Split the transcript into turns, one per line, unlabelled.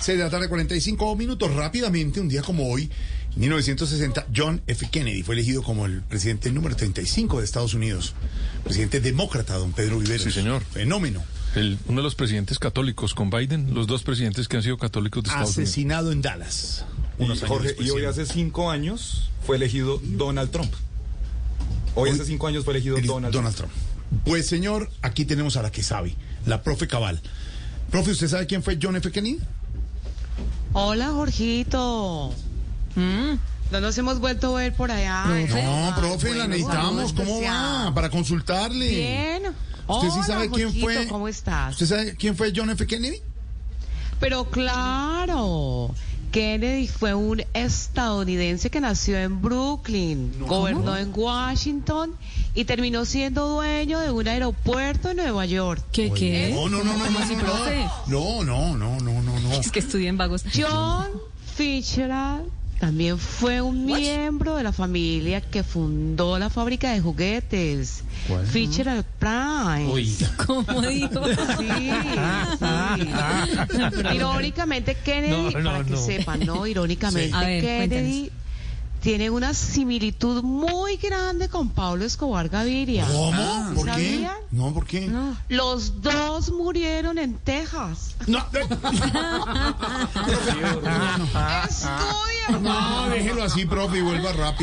6 de la tarde, 45 minutos. Rápidamente, un día como hoy, en 1960, John F. Kennedy fue elegido como el presidente número 35 de Estados Unidos. Presidente demócrata, don Pedro Viveros.
Sí, señor.
Fenómeno.
El- uno de los presidentes católicos con Biden, los dos presidentes que han sido católicos de
Ah,
Estados Unidos.
Asesinado en Dallas.
Y,
unos años
Jorge,
después,
y hoy
sí.
hace cinco años fue elegido Donald Trump. Hoy hace cinco años fue elegido
Eres
Donald,
Donald Trump. Pues señor, aquí tenemos a la que sabe, la profe Cabal. Profe, ¿usted sabe quién fue John F. Kennedy?
Hola, Jorgito. Mm, No nos hemos vuelto a ver por allá.
Profe.
No,
Ah,
profe,
bueno,
la
saludo
necesitamos. ¿Cómo va?
especial.
Para consultarle.
Bien.
¿Usted sí
Hola,
sabe quién
Jorgito,
fue?
¿Cómo estás?
¿Usted sabe quién fue John F. Kennedy?
Pero claro, Kennedy fue un estadounidense que nació en Brooklyn, gobernó en Washington y terminó siendo dueño de un aeropuerto en Nueva York.
¿Qué, qué?
No, no, no, no,
¿Eh? ¿Cómo
no,
así,
no,
profe?
no, no, no, no, no, no.
Es que estudien vagos.
John Fitzgerald también fue un miembro de la familia que fundó la fábrica de juguetes, Fitzgerald Prime.
¿Cómo dijo?
Sí, sí. Irónicamente, Kennedy, para que sepan, ¿no? Irónicamente,
Sí.
A ver,
Kennedy tiene una similitud muy grande con Pablo Escobar Gaviria.
ah,
¿Cómo? ¿Por qué?
¿Sabían?
No, ¿por qué? No.
Los dos murieron en Texas. Estudia, Ah,
no, déjelo así, profe, y vuelva rápido.